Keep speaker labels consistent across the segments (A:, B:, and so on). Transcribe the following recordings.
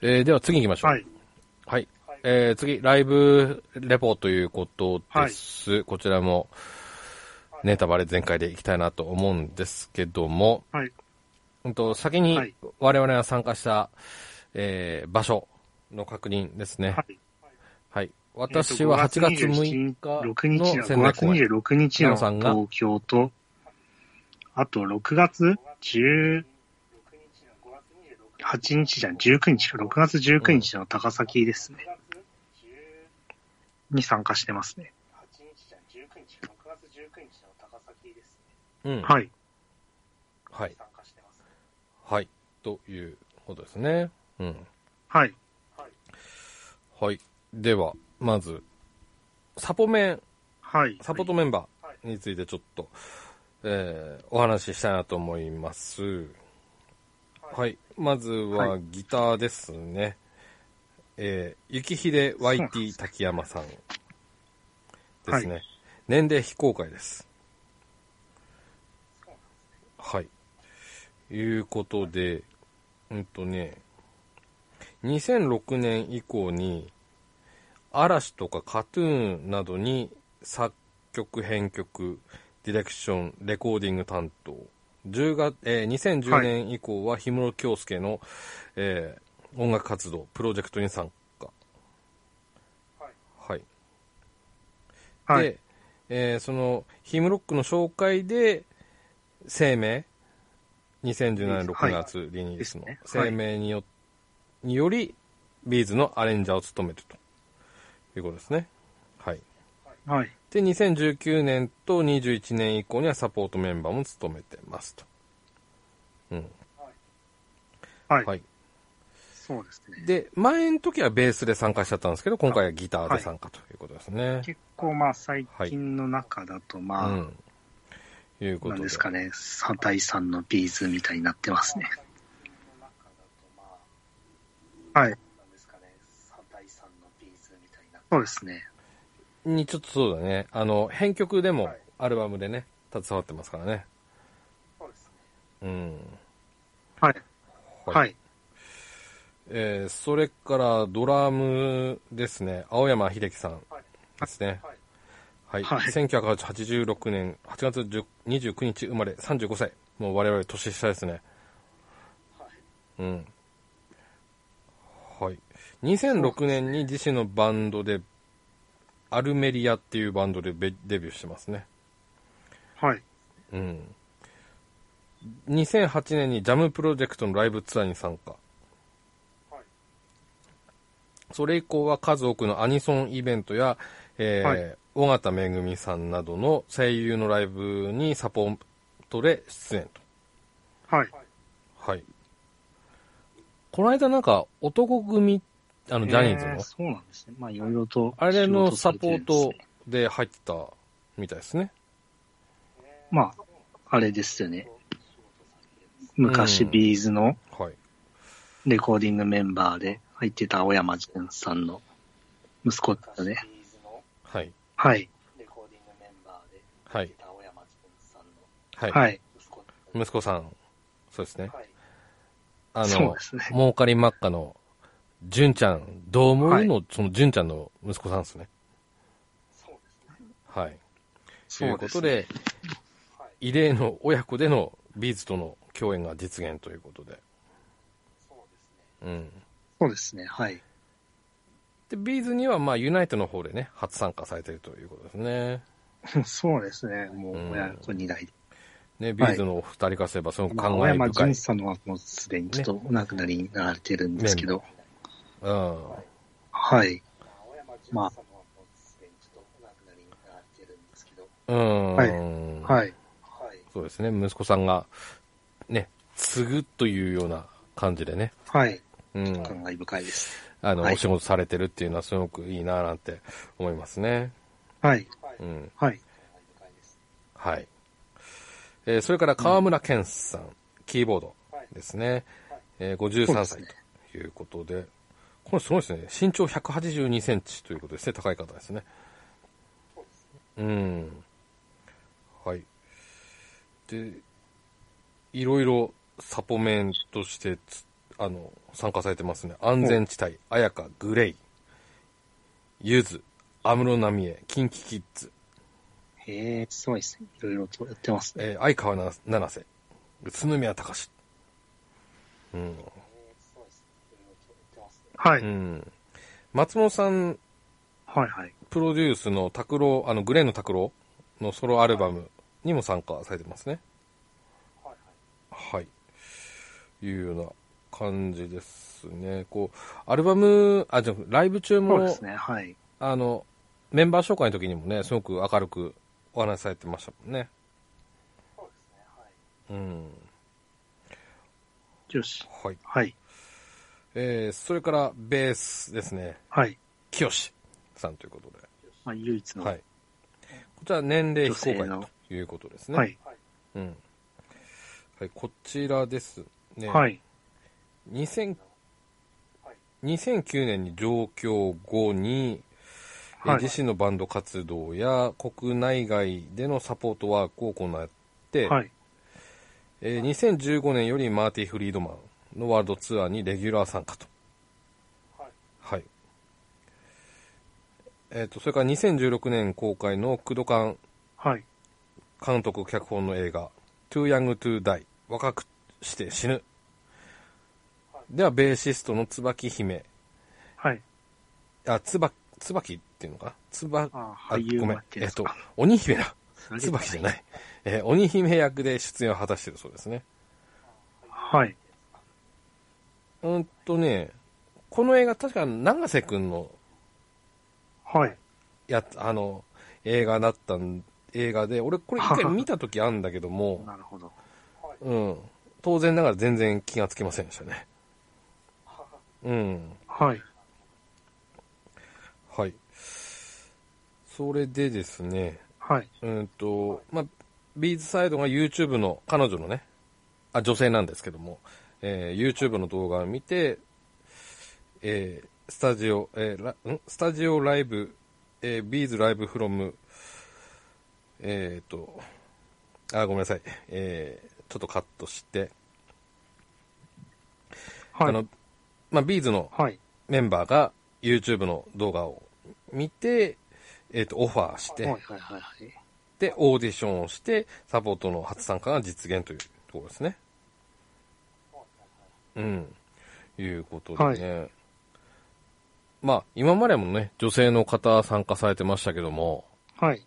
A: えーでは次行きましょう。
B: はい。
A: はい。えー次、ライブレポということです。こちらも、ネタバレ全開でいきたいなと思うんですけども、
B: はい。
A: うんと、先に
B: はい
A: 我々が参加した、えー場所の確認ですね。
B: はい。
A: はい。私は8月6
B: 6
A: 日
B: 日
A: の
B: の
A: 仙
B: 5
A: 台
B: 月
A: 公演。
B: 26日の東京と、あと6月18日じゃん、19日か、6月19日の高崎ですね。に参加してますね。
A: うん。はい。
B: はい。
A: はい。ということですね。うん。
B: はい。
A: はい。では、まず、サポメン、
B: はい。
A: サポートメンバーについてちょっと、えー、お話ししたいなと思います。はい。まずはギターですね。えー、雪秀
B: そうなんで
A: YT 滝山さんですね。
B: は
A: 年齢非公開です。はい。いうことで、うんとね、2006年以降に、嵐とかカトゥーンなどに作曲、編曲、ディレクション、レコーディング担当。10月、えー2010年以降は氷室京介の、えー音楽活動、プロジェクトに参加。はい。
B: はい。
A: で、えーその、ヒムロックの紹介で、声明、2017年6月リリースの
B: はいですねは
A: 声
B: い
A: 明によ,、により、ビーズのアレンジャーを務めるということですね。はい。
B: はい。
A: で、2019年と21年以降にはサポートメンバーも務めてますと。うん。
B: はい。
A: はい。
B: そうですね。
A: で、前の時はベースで参加しちゃったんですけど、今回はギターで参加ということですね。
B: 結構まあ最近の中だとまあ、
A: うん。いうこ
B: な
A: とで。
B: んですかね、さ第3のビーズみたいになってますね。はい。そうですね。
A: にちょっとそうだね。あの、編曲でも、アルバムでね、携わってますからね。うん。
B: はい。はい。
A: えーそれから、ドラムですね。青山秀樹さんですね。はい。
B: はい
A: 1986年8月10 29日生まれ、35歳。もう我々年下ですね。うん。はい。2006年に自身のバンドで、アルメリアっていうバンドでベデビューしてますね。
B: はい。
A: うん。2008年にジャムプロジェクトのライブツアーに参加。それ以降は数多くのアニソンイベントや、えー
B: はい
A: 尾形めぐみさんなどの声優のライブにサポートで出演と。
B: はい。
A: はい。この間なんか、男組、あの、ジャニーズの、
B: えそうなんですね。まあ、いろいろと。
A: あれのサポー
B: 仕事されてるん
A: ト
B: ですね
A: で入ってたみたいですね。
B: まあ、あれですよね。昔、
A: うん
B: ビーズの
A: はい。
B: レコーディングメンバーで入ってた青山淳さんの息子だよね。
A: はい。
B: はい。
A: はい。はい。
B: はい。
A: 息子さん、そうですね。あ
B: そ
A: の
B: うで、すね。
A: 儲かり真っ赤の、純ちゃん、どう思う
B: はい
A: の、その純ちゃんの息子さんですね。はい。とい
B: そうう
A: こ
B: です
A: と
B: ね。
A: で、異例の親子でのビーズとの共演が実現ということで。うん。
B: そうですね。はい。
A: で、ビーズには、まあ、ユナイトの方でね、初参加されてるということですね。
B: そうですね。も
A: うん
B: う親子2代。
A: ね、ビーズのお二人からすれば、その感
B: 青
A: 慨
B: 山
A: 深い
B: 淳。さんのはもうすでにちょっとお亡くなりになられてるんですけど、
A: うん。
B: はい。まあ、
A: うん。
B: はいはい。
A: そうですね、息子さんが、ね、継ぐというような感じでね。
B: はい。
A: うん。
B: 感慨深いです。
A: あの、
B: はい
A: お仕事されてるっていうのはすごくいいななんて思いますね。
B: はい。
A: うん。
B: はい。
A: はい。えーそれから河村健さん、キーボードですね。えー53
B: そう
A: 歳
B: ですね
A: ということで、これすごいですね。身長182センチということですね。高い方ですね。うん。はい。で、いろいろサポメントしてつ、あの、参加されてますね。安全地帯、綾香、グレイ、ゆず、安室奈美恵、キンキキッズ、
B: へえ、すごいですね。いろいろとやってますね。
A: えー相川な七瀬、宇都宮隆。うん。
B: は
A: う
B: い。
A: ん。松本さん
B: はいはい。
A: プロデュースの拓郎、あの、グレーの拓郎のソロアルバムにも参加されてますね。はい。いうような感じですね。こう、アルバム、あ、じゃあライブ中
B: そうで
A: も、
B: すね。はい。
A: あの、メンバー紹介の時にもね、すごく明るくお話しされてましたもんね。うん。
B: よし。
A: はい。
B: はい。
A: えー、それから、ベースですね。
B: はい。
A: 清さんということで。
B: まあ、唯一の。
A: は
B: はいい。。
A: こちら年齢非公
B: 女性
A: 開
B: の
A: ということですね。
B: はい。
A: うん。はい、こちらですね。
B: はい。
A: 2000 2009年に上京後に、えー
B: はい
A: 自身のバンド活動や国内外でのサポートワークを行って、
B: はい。
A: えー2015年よりマーティ・フリードマンのワールドツアーにレギュラー参加と。はい。えっ、と、それから2016年公開のクドカン
B: はい。
A: 監督脚本の映画「Too Young to Die 若くして死ぬ」ではベーシストの椿姫
B: はい。
A: あ椿椿っていうのかな椿
B: あ
A: あ
B: 俳優
A: ごめ
B: も
A: ん
B: やって
A: え
B: るん
A: っ
B: ですか
A: と鬼姫だ
B: それで
A: 椿じゃない、えー鬼姫役で出演を果たしてるそうですね
B: はい。
A: うんとねこの映画確か永瀬君の
B: はい。
A: やつあの映画だったん映画で俺これ一回見た時あるんだけども、
B: なるほど。
A: うん、当然ながら全然気がつきませんでしたねうん
B: はい。
A: はい。それでですね、
B: はい。
A: うんと、まあ、ビーズサイドが YouTube の、彼女のね、あ、女性なんですけども、えー YouTube の動画を見て、えースタジオ、えーらんスタジオライブ、えービーズライブフロム、えっ、と、あ、ごめんなさい、えーちょっとカットして、
B: は
A: あ
B: い
A: の。、まあ、ビーズの
B: はい。
A: メンバーが YouTube の動画を見て、えっ、と、オファーして、
B: はい。はい。はい。はい。
A: で、オーディションをして、サポートの初参加が実現というところですね。うん。いうことでね。まあ、今までもね、女性の方参加されてましたけども、
B: はい。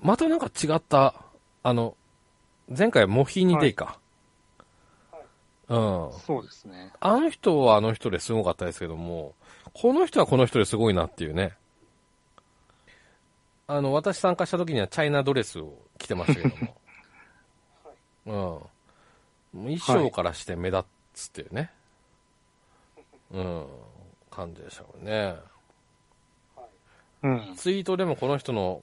A: またなんか違った、あの、前回モヒーニデイか。うん。
B: そうですね。
A: あの人はあの人ですごかったですけども、この人はこの人ですごいなっていうね。あの、私参加した時にはチャイナドレスを着てましたけども。うん。もう衣装からして目立つっていうね。うん。感じでしたもんね。
B: うん。
A: ツイートでもこの人の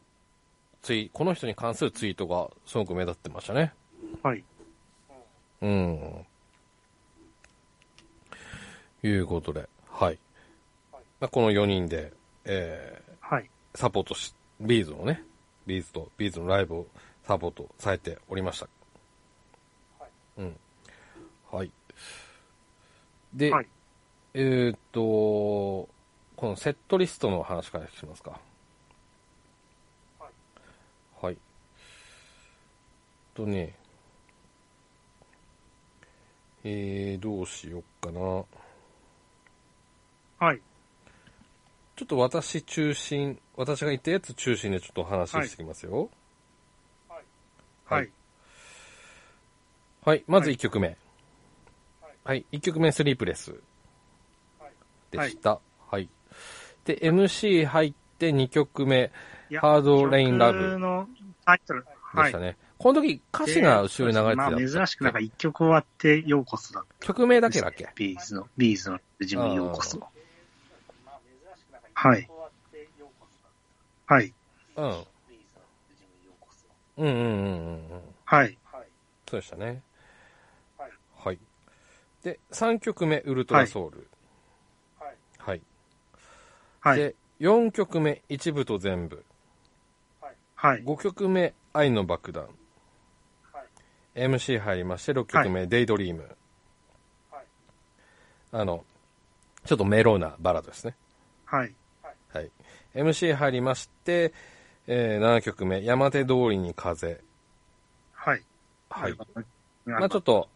A: ツイ、この人に関するツイートがすごく目立ってましたね。
B: はい。
A: うん。いうことで、はい。まあこの4人で、え
B: はい。
A: ーサポートし、ビーズのね、ビーズと、ビーズのライブをサポートされておりました。うん。はい。で、
B: はい。
A: えーっと、このセットリストの話からしますか。はい。はい。とね、えー、どうしよっかな。ちょ
B: はい。
A: っと私中心、私が言ったやつ中心でちょっとお話ししてきますよ。
B: は
A: はい
B: い。
A: はい、まず1曲目。はい、一1曲目スリープレス。でした。はい。で、MC 入って2曲目
B: いや、
A: ハードレインラブ
B: 曲のタイトル。
A: で
B: は
A: し
B: い
A: た。ね。この時歌詞が後ろに流れてた
B: ま
A: っ
B: あ
A: け。
B: 珍しくなんか一曲終わってようこそだった
A: 曲名だ
B: んで
A: け
B: すね
A: だっけ
B: ビーズの、ビーズの自分ようこそ
A: あ。
B: はい。はい。
A: うん。うんうんうんうんうん。
B: はい。
A: そうでしたね。
C: はい。
A: で、3曲目、ウルトラソウル。はい。
B: はい。
A: で、4曲目、一部と全部。
B: はい。
A: 5曲目、愛の爆弾。MC 入りまして、6曲目、デイドリーム。あの、ちょっとメロなバラードですね。
B: はい。
A: はい。MC 入りまして、えー7曲目、山手通りに風。
B: はい。
A: はい。
B: ま
A: まあちょっと、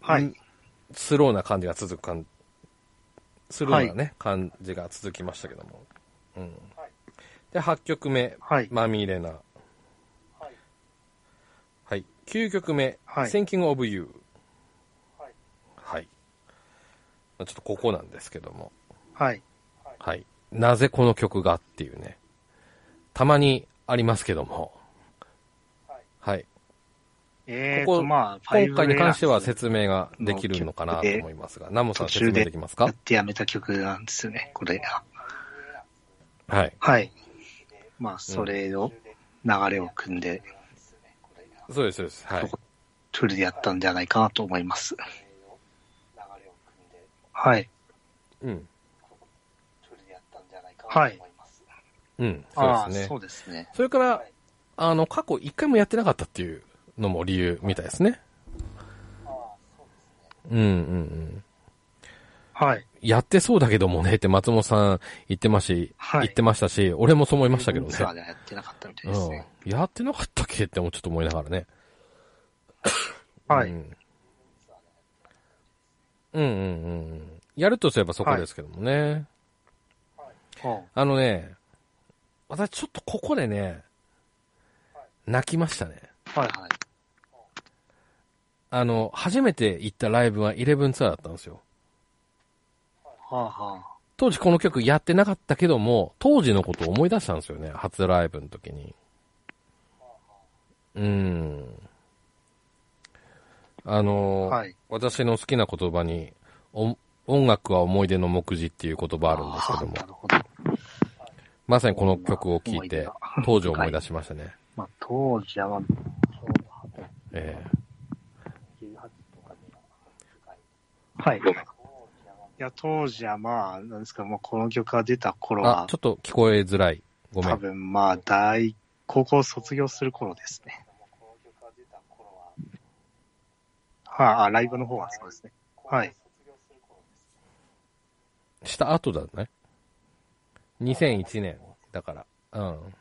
B: は
A: うん
B: い。
A: スローな感じが続く感、スローなね、感じが続きましたけども。うん。で、8曲目、
B: はい
A: マミーレナ。はい。9曲目、
B: はい
A: Thinking of You。はい。まあちょっとここなんですけども。
B: はい。
A: はい。なぜこの曲がっていうね。たまにありますけども。はい。
B: えー、
A: ことこ
B: まあ、
A: 今回に関しては
B: ファイ
A: 説明ができるのかなと思いますが、ナモさん説明できます
B: ブ
A: か
B: エラーズやってやめた曲なんですよね、これが。
A: はい。
B: はい。まあ、それを、流れを組んで、
A: そうです、そうです。はい。
B: フルでやったんじゃないかなと思います。はい。
A: うん。
B: はい。
A: うん。そ
B: あ
A: う
B: あ、
A: ですね。
B: そうですね。
A: それから、あの、過去一回もやってなかったっていうのも理由みたいですね。うんうんうん。
B: はい。
A: やってそうだけどもねって松本さん言ってまし、
B: はい
A: 言ってましたし、俺もそう思いましたけどね。
B: ツアーではやってなかったみたいですね。
A: うん。やってなかったっけってもちょっと思いながらね。
B: は
A: う
B: い。
A: ん、うんうんうんうん。やるとすればそこですけどもね。
B: おう
A: あのね、私ちょっとここでね、泣きましたね。
B: はいはい。
A: あの、初めて行ったライブは11ツアーだったんですよ。
B: はあは
A: 当時この曲やってなかったけども、当時のことを思い出したんですよね。初ライブの時に。うん。あ
B: あ。
A: の、
B: はい。
A: 私の好きな言葉に、お音楽は思い出の目次っていう言葉あるんですけど
B: あ
A: も
B: ー、なるほど。
A: まさにこの曲を聴いて、当時を思い出しましたね。
B: まあ、当時は、まあ
A: ええ
B: はい。いや、当時はまあ、なんですか、もうこの曲が出た頃
A: あ
B: は、
A: ちょっと聞こえづらい。ごめ
B: 多
A: ん。
B: 分まあ、大、高校卒業する頃ですね。はい、あ、ライブの方はそうですね。はい。
A: した後だね。2001年だから。うん。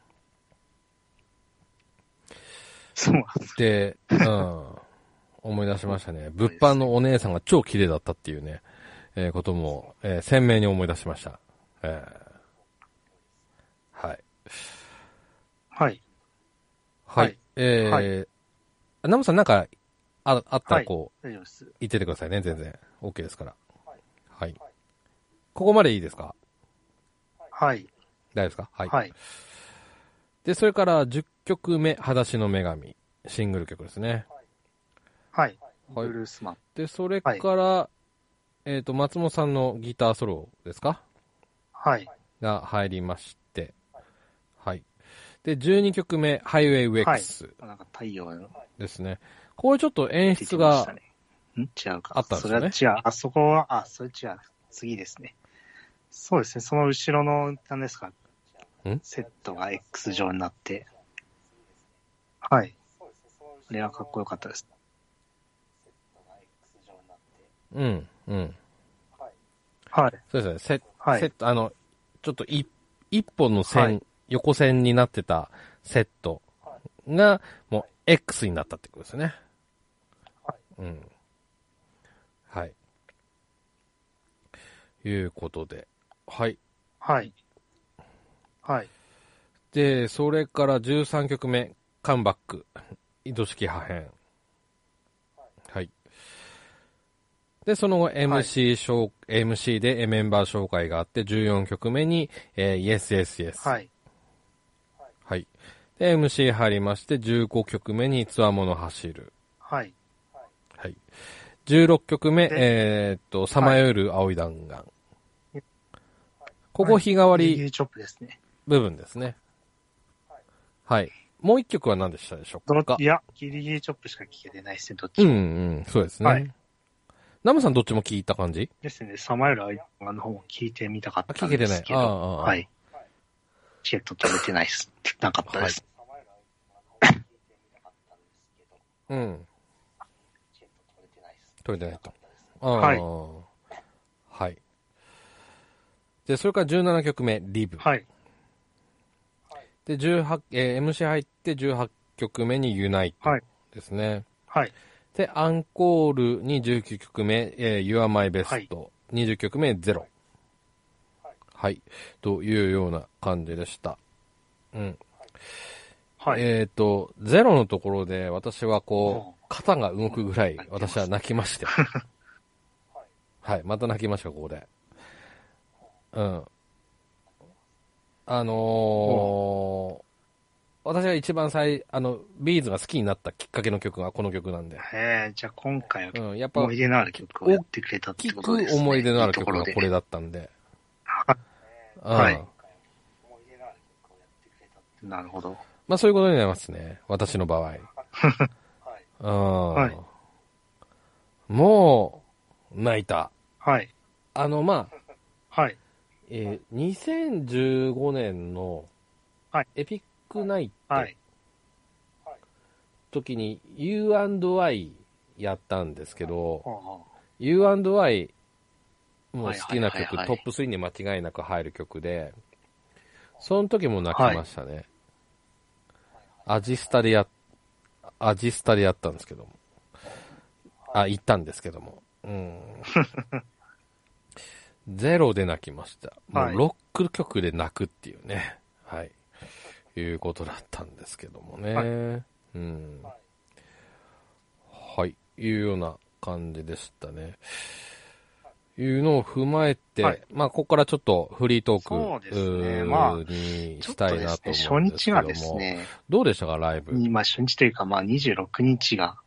B: そうなんです。
A: で、うん。思い出しましたね。物販のお姉さんが超綺麗だったっていうね、えーことも、えー鮮明に思い出しました。えーはい。
B: はい。
A: はい。
B: はい
A: えー、ナムさんなんか、あ、あった
B: は
A: ら
B: い
A: こう、
B: 大丈夫です。
A: 言っててくださいね、全然。OK ですから。はい。ここまでいいですか
B: はい。
A: 大丈夫ですかはい。
B: はい。
A: で、それから10曲目、裸足の女神。シングル曲ですね。
B: はい。
A: は
B: ブ
A: い
B: ルースマン。
A: で、それから、えっ、と、松本さんのギターソロですか
B: はい。
A: が入りまして。はい。で、12曲目、ハイウェイウェックス
B: なんか太陽の
A: ですね。これちょっと演
B: 出てき
A: 出
B: まし
A: が、
B: たね。ん違うか。
A: あったんですよね
B: それは違う。あそこは、あ、それ違う。次ですね。そうですね。その後ろの、何ですか
A: ん。
B: セットが X 状になって。はい。あれはかっこよかったです。
A: うん、うん。
B: はい。
A: そうですね。セ
B: はい
A: セット、あの、ちょっとい一本の線、
B: はい
A: 横線になってたセットが、もう X になったってことですね。うん。はい。いうことで。はい。
B: はい。はい。
A: で、それから13曲目、カムバック、移動式破片。はい。で、その後 MC 紹、MC でメンバー紹介があって、14曲目に、えー、Yes, Yes, Yes。
B: はい。
A: はい。で、MC 入りまして、15曲目につわもの走る。
B: はい。
A: はい。16曲目、
B: で
A: えーっと、さまよえる青い弾丸。ここ日替わ
B: リリ
A: り
B: ーチョップですね。
A: 部分ですね。はい。もう一曲は何でしたでしょ
B: ど
A: う
B: の
A: か
B: いや、ギリギリチョップしか聞けてないですね、どっち
A: うん
B: も。
A: うん、そうですね。
B: はい
A: ナムさんどっちも聞いた感じ
B: ですね、サマエルアイアンの方も聞いてみたかったんですけ
A: あ聞けてないあ
B: ど、
A: あああ
B: はい。チケット取れてないです。なかったです。
A: うん。取れてないと。ああ。
B: はい
A: はい。で、それから17曲目、リブ。
B: はい。
A: で、18、えー MC 入って18曲目にユナイト
B: はい。
A: ですね。
B: はい。
A: で、アンコールに19曲目、えー、You Are My Best、
B: はい
A: 20曲目、ゼロ。はい。というような感じでした。うん。
B: はい。
A: えっ、と、ゼロのところで私はこう
B: う、
A: 肩が動くぐらい私は泣きまして。 はい、また泣きました、ここで。うん。あのー、私が一番最、あの、ビーズが好きになったきっかけの曲がこの曲なんで。
B: えー、じゃあ今回は
A: うん、やっぱ、
B: 思い出のある曲をやってくれたって
A: 聞
B: ことです
A: く
B: ね。
A: 思い出のある
B: とこ
A: 曲
B: ろ
A: が
B: で
A: これだったんで。
B: は
A: うん
B: はいなるほど。
A: まあそういうことになりますね。私の場 合。うん
B: はい
A: もう、泣いた。
B: はい。
A: あの、まあ、
B: はい。
A: えー2015年の
B: はい、
A: エピックナイト
B: はい。
A: 時に U&I やったんですけど、
B: ほうほ
A: U&I もう好きな
B: はいはいはい
A: 曲、
B: はい
A: トップ3に間違いなく入る曲で、その時も泣きましたね。アジスタでや、アジスタでやったんですけども。あ、行ったんですけども。うん。 ゼロで泣きました。も
B: は
A: う
B: い
A: ロック曲で泣くっていうね。はい。いうことだったんですけどもね。
B: はい
A: うん。はい。いうような感じでしたね。いうのを踏まえて、
B: はい
A: まあ、ここからちょっとフリートーク
B: そうですね
A: うー
B: まあ
A: に
B: うちょ
A: し
B: っと
A: たい
B: で
A: な
B: す
A: と
B: ね、
A: 思う
B: 初
A: んですけ
B: 日
A: ども。
B: がですね、
A: どうでしたか、ライブ。
B: まあ初日というか、まあ26日が、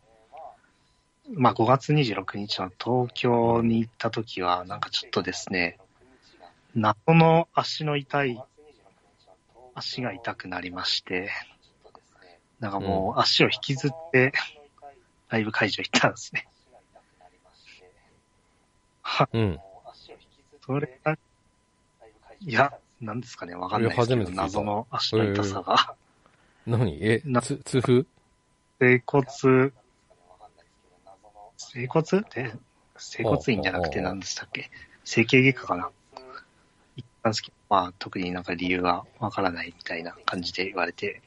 B: まあ5月26日の東京に行った時は、なんかちょっとですね、謎の足の痛い、足が痛くなりまして、なんかもう足を引きずって、ライブ会場行ったんですね。は
A: うん。
B: それが、いや、なんですかね、わかんないですけど、謎の足の痛さが、
A: 何え
B: な、
A: つ、痛風
B: 整骨、整骨って、整骨院じゃなくて
A: おうおうおう
B: 何でしたっけ整形外科かな行ったんですけど、まあ特になんか理由がわからないみたいな感じで言われて、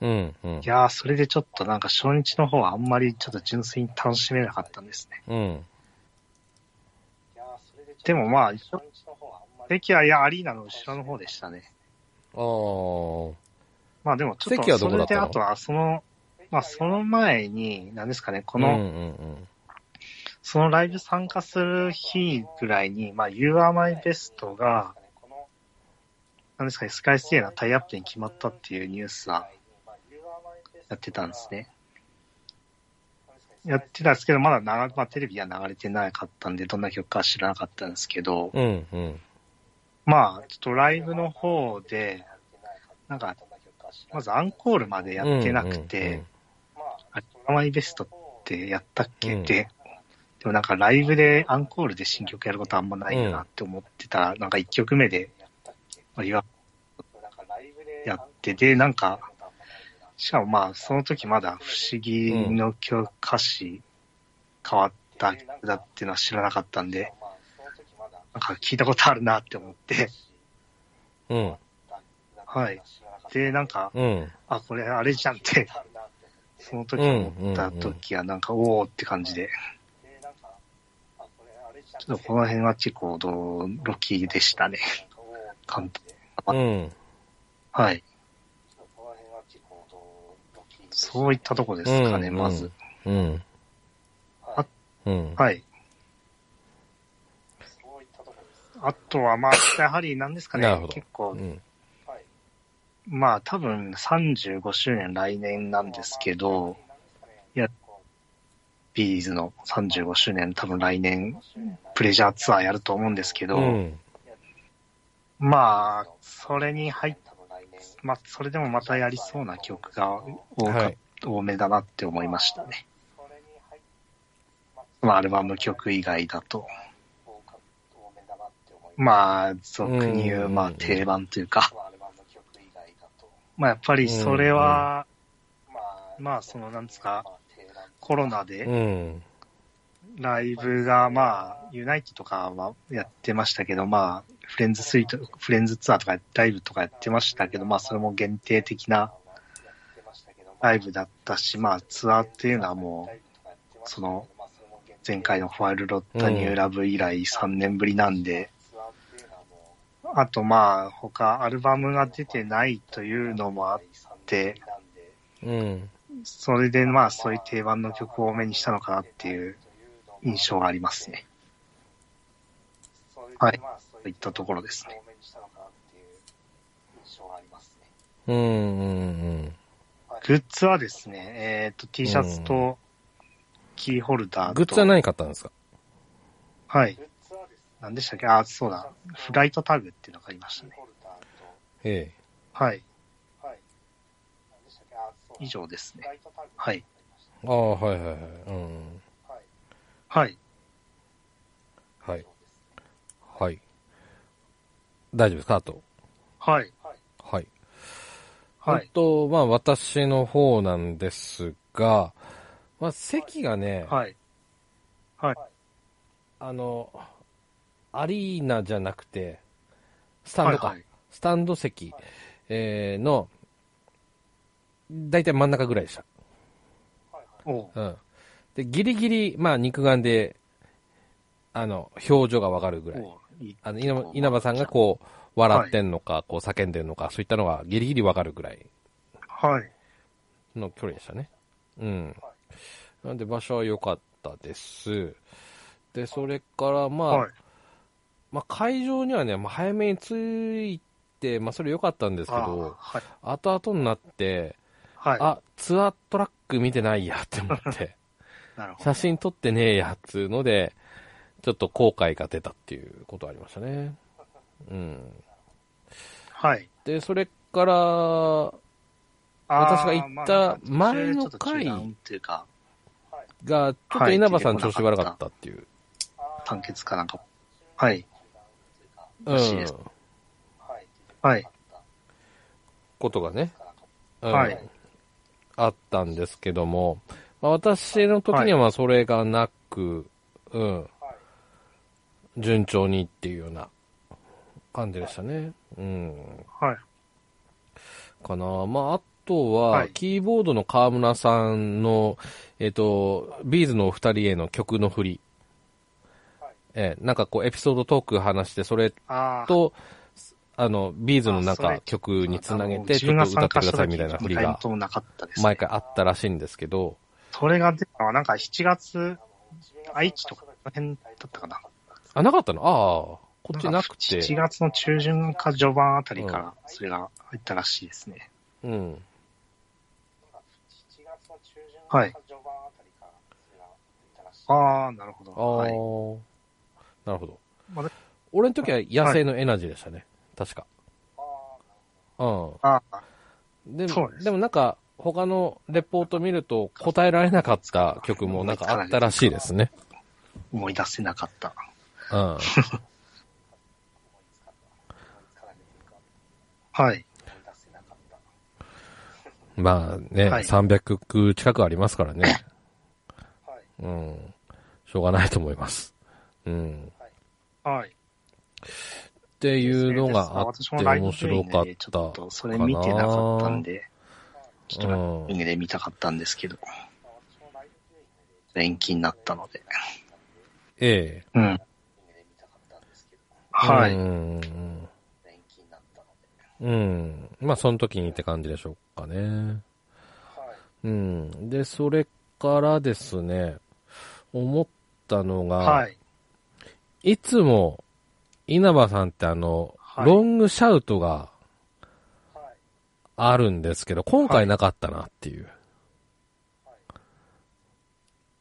A: うん、うん
B: い。やー、それでちょっとなんか初日の方はあんまりちょっと純粋に楽しめなかったんですね。
A: うん。
B: でもまあ、席は、いや、アリーナの後ろの方でしたね。
A: あー。
B: まあでもちょっ
A: 席は
B: と、
A: ど
B: そ
A: こだ
B: れ
A: った
B: で
A: の
B: あとはその、まあその前に、何ですかね、こ
A: こうん、
B: の、
A: うん、
B: そのライブ参加する日ぐらいに、まあ、You Are My Best が、なんですかね、スカイステイのタイアップに決まったっていうニュースはやってたんですね。やってたんですけど、まだな、まあ、テレビは流れてなかったんで、どんな曲かは知らなかったんですけど、
A: うん。うん、うん。
B: まあ、ちょっとライブの方で、なんか、まずアンコールまでやってなくて、あれ、ドラマイベストってやったっけ
A: うん
B: って、でもなんかライブでアンコールで新曲やることあんまないよなって思ってたら、なんか1曲目で、まあ、いわやって、で、なんか、しかもまあ、その時まだ不思議の曲歌詞変わった曲だっていうのは知らなかったんで、なんか聞いたことあるなって思って、
A: うん、
B: はい。で、なんか、
A: うん。
B: あ、これあれじゃんって、その時思った時はなんか、おーって感じで、ちょっとこの辺は結構驚きでしたね。簡単。
A: うん。
B: はい。そういったとこですかね、
A: うん
B: まず。
A: うん。
B: あ
A: うん。
B: はい。あとは、まあ、やはり何ですか
A: なるほ
B: ね
A: ど、
B: 結構
A: う、ん。
B: まあ、多分35周年来年なんですけど、いや、ビーズの35周年、多分来年、プレジャーツアーやると思うんですけど、
A: うん。
B: まあ、それに入っまあ、それでもまたやりそうな曲が多か、
A: はい
B: 多めだなって思いましたね。まあ、アルバム曲以外だと。まあ、俗に言
A: う
B: う、
A: ん
B: まあ、定番というか。まあ、やっぱりそれは、まあ、その、なんですか、コロナ
C: で、
A: う
B: で、
A: ん。
B: ライブが、まあ、ユナイティとかはやってましたけど、まあ、フレンズスイート、フレンズツアーとか、ライブとかやってましたけど、まあ、それも限定的なライブだったし、まあ、ツアーっていうのはもう、その、前回のファイルロッタニューラブ以来3年ぶりなんで、あとまあ、他、アルバムが出てないというのもあって、
A: うん。
B: それでまあ、そういう定番の曲を多めにしたのかなっていう印象がありますね。はい。といったところですね。
A: うんうん
B: グッズはですね、えっ、と、T シャツと、キーホル
A: う
B: ダーと。
A: ん。グッズは何買ったんですか
B: はい。何でしたっけあ、そうだ。フライトタグっていうのがありましたね。
A: え
B: はい。以上ですね。はい。
A: え。ああ、はいはいはい。うん。
B: はい。
A: はい。はい。大丈夫ですかあと。
B: はい。
A: はい。
B: は
A: え
B: い
A: っ。と、まあ私の方なんですが、まあ席がね、
B: はい。
A: あの、アリーナじゃなくて、スタン
B: は
A: ド
B: い。
A: か、
B: はい。
A: スタンド席、えーの、だいたい真ん中ぐらいでした。
B: おう
A: うん。で、ギリギリ、まあ肉眼で、あの、表情がわかるぐらい。
B: おういい
A: あの、稲葉稲葉さんがこう、笑ってんのか、こう叫んでんのか、そういったのがギリギリわかるぐらい
B: はい。
A: の距離でしたね。うん。なんで場所は良かったです。で、それから、まあ、
B: はい。
A: まあ会場にはね、まあ、早めに着いて、まあそれ良かったんですけ
B: あ
A: ど、
B: はい。
A: 後々になって、
B: は
A: あ、ツアートラック見てないやって思って、
B: い。なるほど。
A: 写真撮ってねえやっつうので、ちょっと後悔が出たっていうことありましたね。うん。
B: はい。
A: で、それから、私が行った前の回
B: まあ途中でちょっと中断というか、
A: が、ちょっと稲葉さん調子悪かったっていう。
B: 単結かなんか。はい。
A: う
B: らしいです
A: ん。
B: はい。
A: ことがね、うん
B: はい
A: あったんですけども、まあ、私の時にはまあそれがなく、うん、順調にっていうような感じでしたね。うん、
B: はい。
A: かな。まあ、あと
B: は
A: は、
B: い
A: キーボードの川村さんの、えっ、と、ビーズのお二人への曲の振り。ええなんかこう、エピソードトーク話して、それ
B: ああ。
A: と、あの、ビーズのなん
B: あそ
A: か
B: れ
A: 曲につなげて、
B: 自
A: ちょ
B: 分
A: っと歌っ
B: が参
A: て
B: 加
A: く
B: し
A: だ
B: た
A: さい
B: 時
A: みたいな振り
B: 二回
A: が
B: ともなかったですね。
A: 毎回あったらしいんですけど、
B: それが出たのは、なんか7月、愛知とか、この辺だったかな。
A: あ、なかったのああ、こっちなく
B: 7
A: て。
B: 月の中旬か序盤あたりか
A: うん
B: ら、それが入ったらしいですね。
A: うん。
B: はい。ああ、なるほど。
A: ああ、
B: はい。
A: なるほど
B: まだ。
A: 俺の時は野生のエナジーでしたね。確か。うん。
B: ああ、
A: で
B: そ
A: も
B: うで、す
A: でもなんか、他のレポート見ると答えられなかった曲もなんかあったらしいですね。
B: 思い出せなかった。
A: うん。
B: はい。
A: まあね、
B: はい
A: 300曲近くありますからね。うん。しょうがないと思います。うん。
B: はい。
A: っていうのがあって
B: 私もライブ
A: 面白かっ
B: ビューイングでち
A: た
B: ょ
A: か
B: っと、
A: な。
B: それ見てなかったんで、ちょっとライブ
A: う
B: ビューイ
A: ん
B: ングで見たかったんですけど、延期になったので。
A: ええ。
B: うん。は
A: う
B: い。
A: ん。うん。まあ、その時にって感じでしょうかね。うん。で、それからですね、思ったのが、
B: はい。
A: い、つも、稲葉さんってあの、
B: はい
A: ロングシャウトが、あるんですけど、今回なかったなっていう。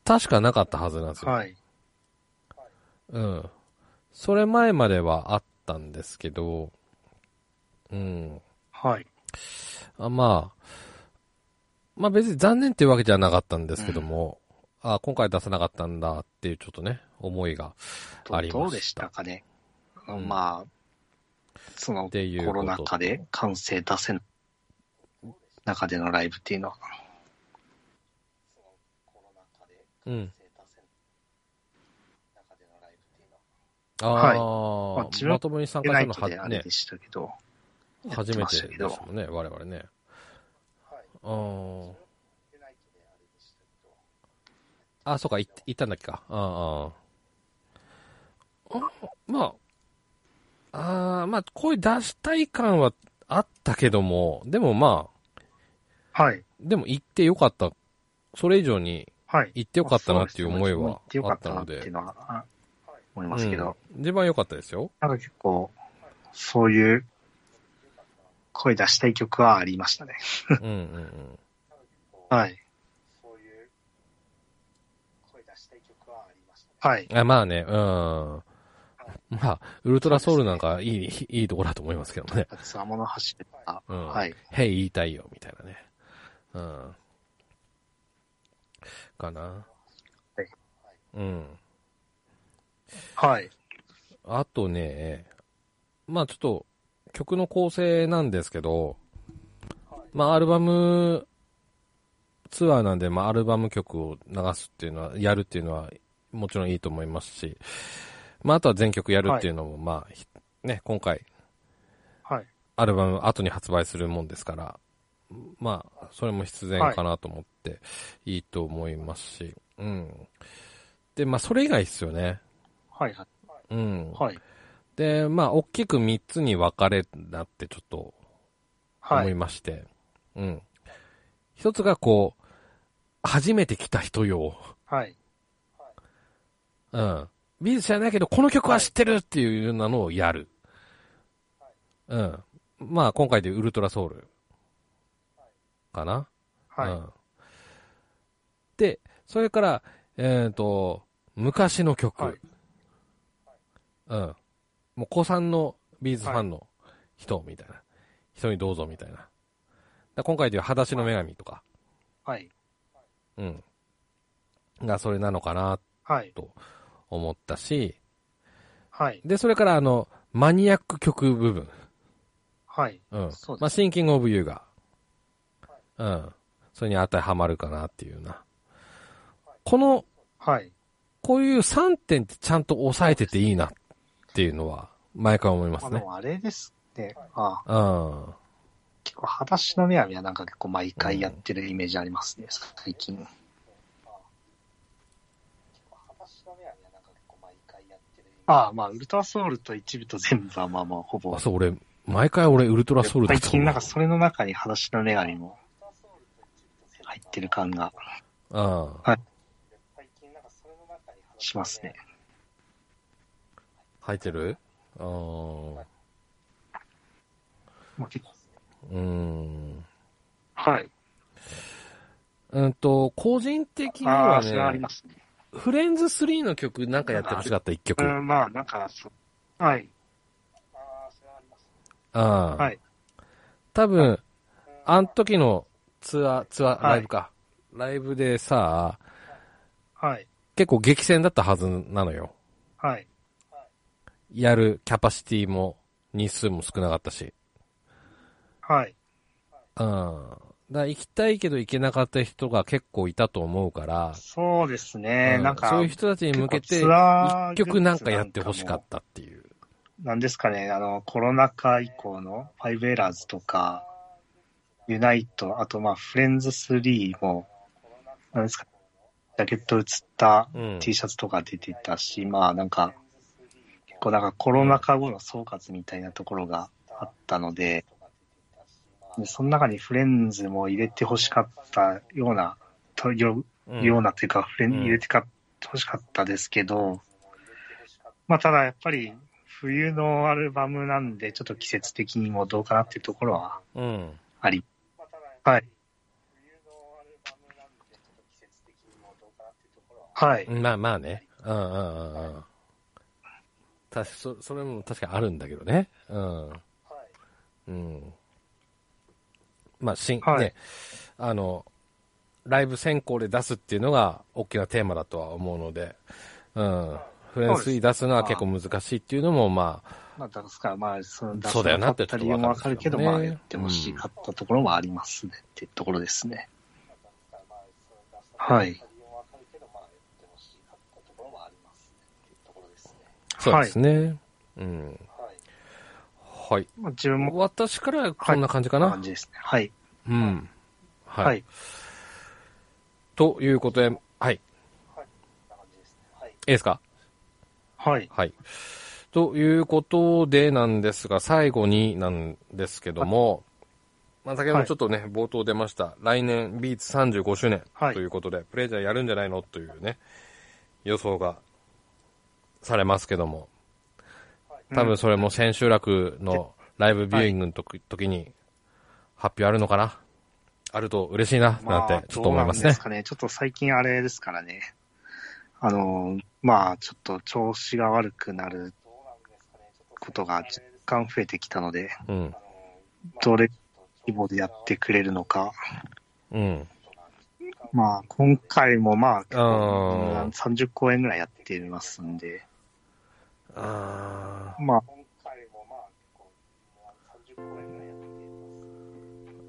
A: 確かなかったはずなんですよ。
B: はい。
A: うん。それ前まではあったんですけど、うん。
B: はい。
A: あまあ、まあ別に残念っていうわけじゃなかったんですけども、あ今回出さなかったんだっていうちょっとね、思いが
B: ど
A: ありました。
B: どうでしたかね。
A: うん
B: まあ、その
A: っていうこと
B: コロナ禍で完成出せない中でのライブっていうのは。
A: うん。ああ、
B: まあ自分
A: まともに参
B: で
A: 加す
B: ナイ
A: るの
B: ト
A: は、
B: であれ
A: ね
B: で、したけど、やって
A: 初め
B: ま
A: て
B: した
A: で
B: け
A: す
B: ど
A: もんね、我々ね。ああ。あ、そうか、い行ったんだっけか。ああ。あまあ、ああ、まあ、声出したい感はあったけども、でもまあ、
B: はい、
A: でも行ってよかった。それ以上に
B: はい。
A: 行ってよかったなっていう思いは
B: そうですね
A: あったの
B: 行って
A: で
B: よ。かったなっていうのはあ思いますけど、
A: うん、一番良かったですよ。
B: なんか結構、そういう声出したい曲はありましたね。
A: うんうんうん。
B: はい。はい。
A: あまあね、うん。まあ、ウルトラソウルなんかいい、いいところだと思いますけど ね。
B: つわもの走れた。
A: うん。
B: はい。
A: へい、言いたいよ、みたいなね。うん。かな。
B: はい
A: うん。
B: はい。
A: あとね、まあちょっと、曲の構成なんですけど、まあアルバム、ツアーなんで、まあアルバム曲を流すっていうのは、やるっていうのは、もちろんいいと思いますし、まああとは全曲やるっていうのも、まあ、ひね、今回、
B: はい。
A: アルバム後に発売するもんですから、まあ、それも必然かなと思って、いいと思いますし、うん。で、まあ、それ以外ですよね。
B: はい。はい。
A: うん。
B: はい。
A: で、まあ、大きく3つに分かれるなってちょっと
B: は
A: 思い
B: い。
A: まして、うん。一つがこう、初めて来た人よ。
B: はい。
A: うん。ビーズ知らないけど、この曲は知ってるっていうようなのをやる。うん。まあ、今回でウルトラソウル。かな。
B: は
A: う
B: い。
A: んで、それから、えっ、と、昔の曲。
B: はい
A: うん。もう、子さんのビーズファンの人みたいな。人にどうぞみたいな。だから今回でいう裸足の女神とか。
B: はい。
A: うん。が、それなのかな、
B: はい。
A: と思ったし。
B: はい。
A: で、それから、あの、マニアック曲部分。
B: はい。
A: うん。
B: そうです
A: まあ、シンキングオブユーが、うん。それに当てはまるかなっていうような。この
B: はい。
A: こういう3点ってちゃんと押さえてていいなっていうのは、毎回思いま
B: あ
A: すね。
B: の、あれですね。ああ
A: うん。
B: 結構、裸足の女神はなんか結構毎回やってるイメージありますね、最近。ああ、まあ、ウルトラソウルと一部と全部はまあまあ、ほぼ
A: あ、。そう、俺、毎回俺、ウルトラソウルだ
B: 最
A: と思
B: 近
A: う。
B: なんかそれの中に裸足の女神も入ってる感が
A: うん。
B: しますね。
A: 入ってるうん。う
B: まあ結構
A: ーん。
B: はい。
A: うんと、個人的に
B: あ
A: は
B: あ、それはあり
A: ね
B: ま、すね。
A: フレンズ3の曲なんかやってほしかった、1曲。
B: う
A: うん。
B: ん、まあ、なんか、そう。はい。は。
A: はい多分、あん時のツアー、ツアー、
B: はい
A: ライブか。ライブでさ、
B: はい。
A: 結構激戦だったはずなのよ。
B: はい。
A: やるキャパシティも、日数も少なかったし。
B: はい。
A: うん。だから行きたいけど行けなかった人が結構いたと思うから、
B: そうですね。
A: うん
B: なんか、
A: そういう人たちに向けて、
B: 結構ツアー
A: 一曲なんかやってほしかったっていう。
B: なんですかね、あの、コロナ禍以降のファイブエラーズとか、ユナイト、あとまあ、フレンズ3も、なんですか、ジャケット写った
A: うん
B: T シャツとか出てたし、まあなんか、結構なんかコロナ禍後の総括みたいなところがあったので、でその中にフレンズも入れてほしかったような、とよ
A: うん
B: ようなというか、フレン
A: うん
B: 入れてか欲しかったですけど、まあただやっぱり冬のアルバムなんで、ちょっと季節的にもどうかなっていうところは
A: うん。
B: あり。はい。はい。
A: まあまあね。うんうんうんうん。確かそ、それも確かにあるんだけどね。うん。うん。まあ、しん、
B: はい
A: ね、あの、ライブ先行で出すっていうのが大きなテーマだとは思うので、うん。フレンスに出すのは結構難しいっていうのも、まあ、
B: まあ、だから、まあ、その、
A: そうだよなって
B: 出さなかった理由もわかるけど、
A: ちょっとわ
B: ま
A: か
B: あ、
A: るん
B: や
A: で
B: っ
A: す
B: て
A: よね
B: ほしかったところもありますね、ってところですね。はい。
A: そうですね。うん。はい。
B: まあ、自分も
A: 私からこんな感じかな。
B: 感じですね。はい。
A: うん。はい。
B: はい。
A: ということで、はい。いいですか
B: はい。
A: はい。ということでなんですが、最後になんですけども、まあ、先ほどちょっとね、冒頭出ました、来年ビーツ35周年
B: はい
A: ということで、プレジャーやるんじゃないのというね、予想がされますけども、多分それも千秋楽のライブビューイングの時,、時に発表あるのかなあると嬉しいな、なんてちょっと思います
B: どうなんで
A: ね
B: す。かね。ちょっと最近あれですからね。あのー、まあ、ちょっと調子が悪くなることが若干増えてきたので、
A: うん。
B: どれ規模でやってくれるのか。
A: うん。
B: まあ、今回もまあ、
A: あー
B: 30公演ぐらいやってますんで、
A: あ
B: まあ、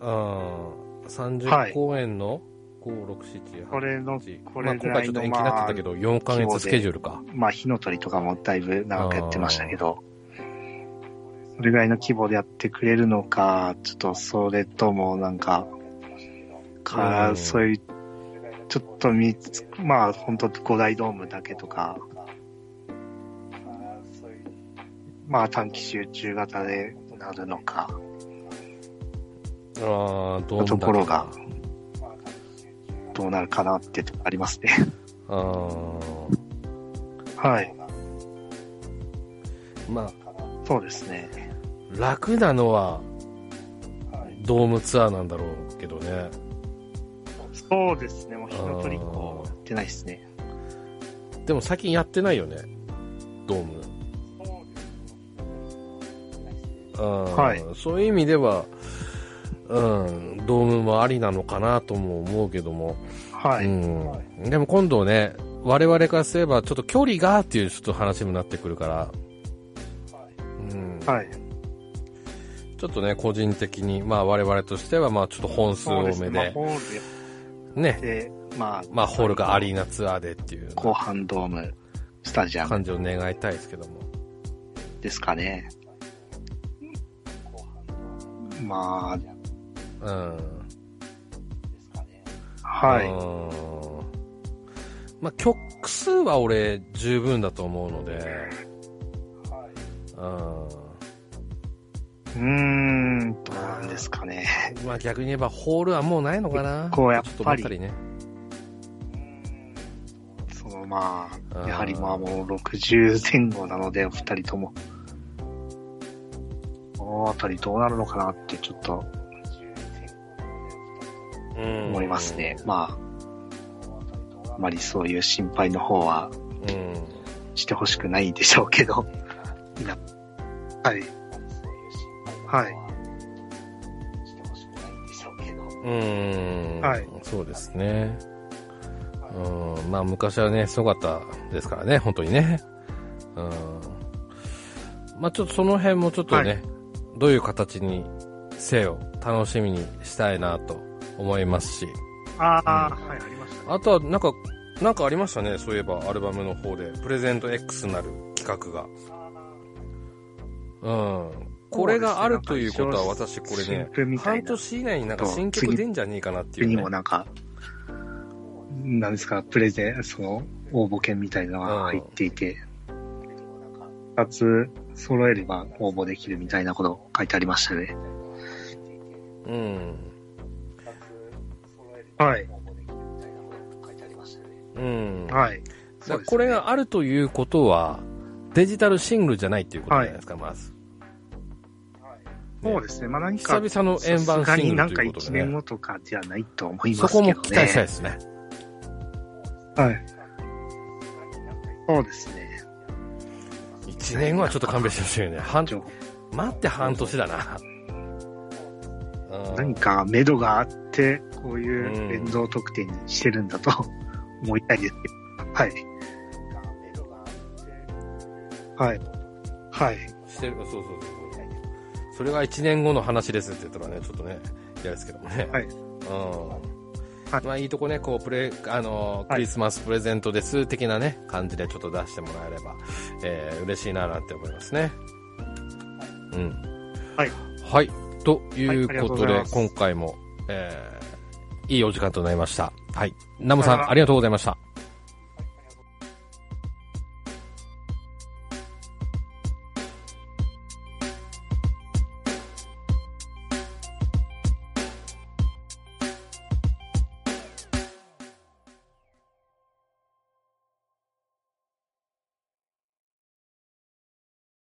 A: ーあー、
B: は
A: 30
B: い
A: 公演の、5、6、7、8、
B: これの
A: 8、
B: これぐ
A: まあ、今回
B: らい
A: ちょっと
B: の、
A: 延期になって
B: まあ
A: たけ、ど、4ヶ月スケジュールか。
B: まあ、火の鳥とかもだいぶ長くやってましたけど、それぐらいの規模でやってくれるのか、ちょっとそれともなんか、か
A: うん
B: そういう、ちょっとみまあ、本当五大ドームだけとか、まあ、短期集中型でなるのか、
A: ああ、どう
B: ところが。どうなるかなってとこありますね。
A: あー
B: はい。
A: まあ、
B: そうですね。
A: 楽なのは、ドームツアーなんだろうけどね。
B: そうですね。もう火の鳥以降やってないですね。
A: でも最近やってないよね。ドーム。は
B: はい
A: そういう意味では、うん、ドームもありなのかなとも思うけども、
B: は
A: う
B: い。
A: ん、でも今度ね、我々からすればちょっと距離がっていうちょっと話にもなってくるから、うん
B: はい。
A: ちょっとね、個人的に、まあ我々としては、まあちょっと本数
B: そう
A: 多
B: ですね。
A: め
B: まあ、
A: で、
B: ホールや
A: ね
B: っ、て、まあ、
A: まあホールがアリーナツアーでっていう
B: 後半ドーム、スタジアム
A: 感じを願いたいですけども。
B: ですかね。ま
A: うん。
B: あ、は
A: は
B: い。
A: い。まあ、曲数は俺十分だと思うので、
B: うーん、どうなんですかね。
A: うん。まあ、逆に言えばホールはもうないのかな。
B: こうやっぱり
A: ちょとばったりね。
B: そのま
A: うん
B: あ、やはりまあもう60前後なので、お二人とも。このあたりどうなるのかなってちょっと
A: うん
B: 思いますね。まあ、あまりそういう心配の方は
A: うん。
B: してほしくないでしょうけど。いやはい。はい。
A: うん。
B: はい
A: そうですね。うん。まあ、昔はね、すごかったですからね、本当にね。うん。まあ、ちょっとその辺もちょっとね、
B: は
A: どういう形にせよ、楽しみにしたいなと思いますし。
B: ああ、はい、ありましたね。
A: あとは、なんか、なんかありましたね、そういえば、アルバムの方で。プレゼント X なる企画が。うん。これがあるということは、
B: そうで
A: 私これね
B: 新譜み、たい
A: 半
B: な
A: 年以内になんか新
B: そう
A: 曲出んじゃねえかなっていう、
B: に
A: ね。
B: もなんか、なんですか、プレゼン、その、応募券みたいなのが入っていて、二つ揃えれば応募できるみたいなこと書いてありましたね。
A: うん。
B: はい。
A: うん。
B: はい。
A: だからこれがあるということは、デジタルシングルじゃないっていうことじゃないですか、まず。ね
B: そうですね。まあ何か、
A: 久々の円盤シングルというこ
B: さ
A: と
B: すがになんか1
A: で
B: 年
A: ね。
B: 後とかではないと思いま
A: そ
B: す
A: こ
B: けどね。
A: も期待したいですね。
B: はい。そうですね。
A: 1年後はちょっと勘弁してほしいよね。半
B: 情報
A: 待って半年だな。
B: 何か目処があって、こういう連動特典にしてるんだと思いたいですけど。はい。はい。はい。
A: してるそうそうそうそうそれが1年後の話ですって言ったらねちょっとね嫌ですけどもね
B: はい
A: うん
B: はい
A: まあ、いいとこね、こう、プレ、あのー、
B: はい
A: クリスマスプレゼントです、的なね、感じでちょっと出してもらえれば、えー嬉しいななんて思いますね。うん。
B: はい。
A: はい。という
B: はいありがと
A: こと
B: う
A: で、
B: ございます
A: 今回も、えーいいお時間となりました。はい。ナム
B: さ
A: さ
B: よなら
A: ん、ありがとうございました。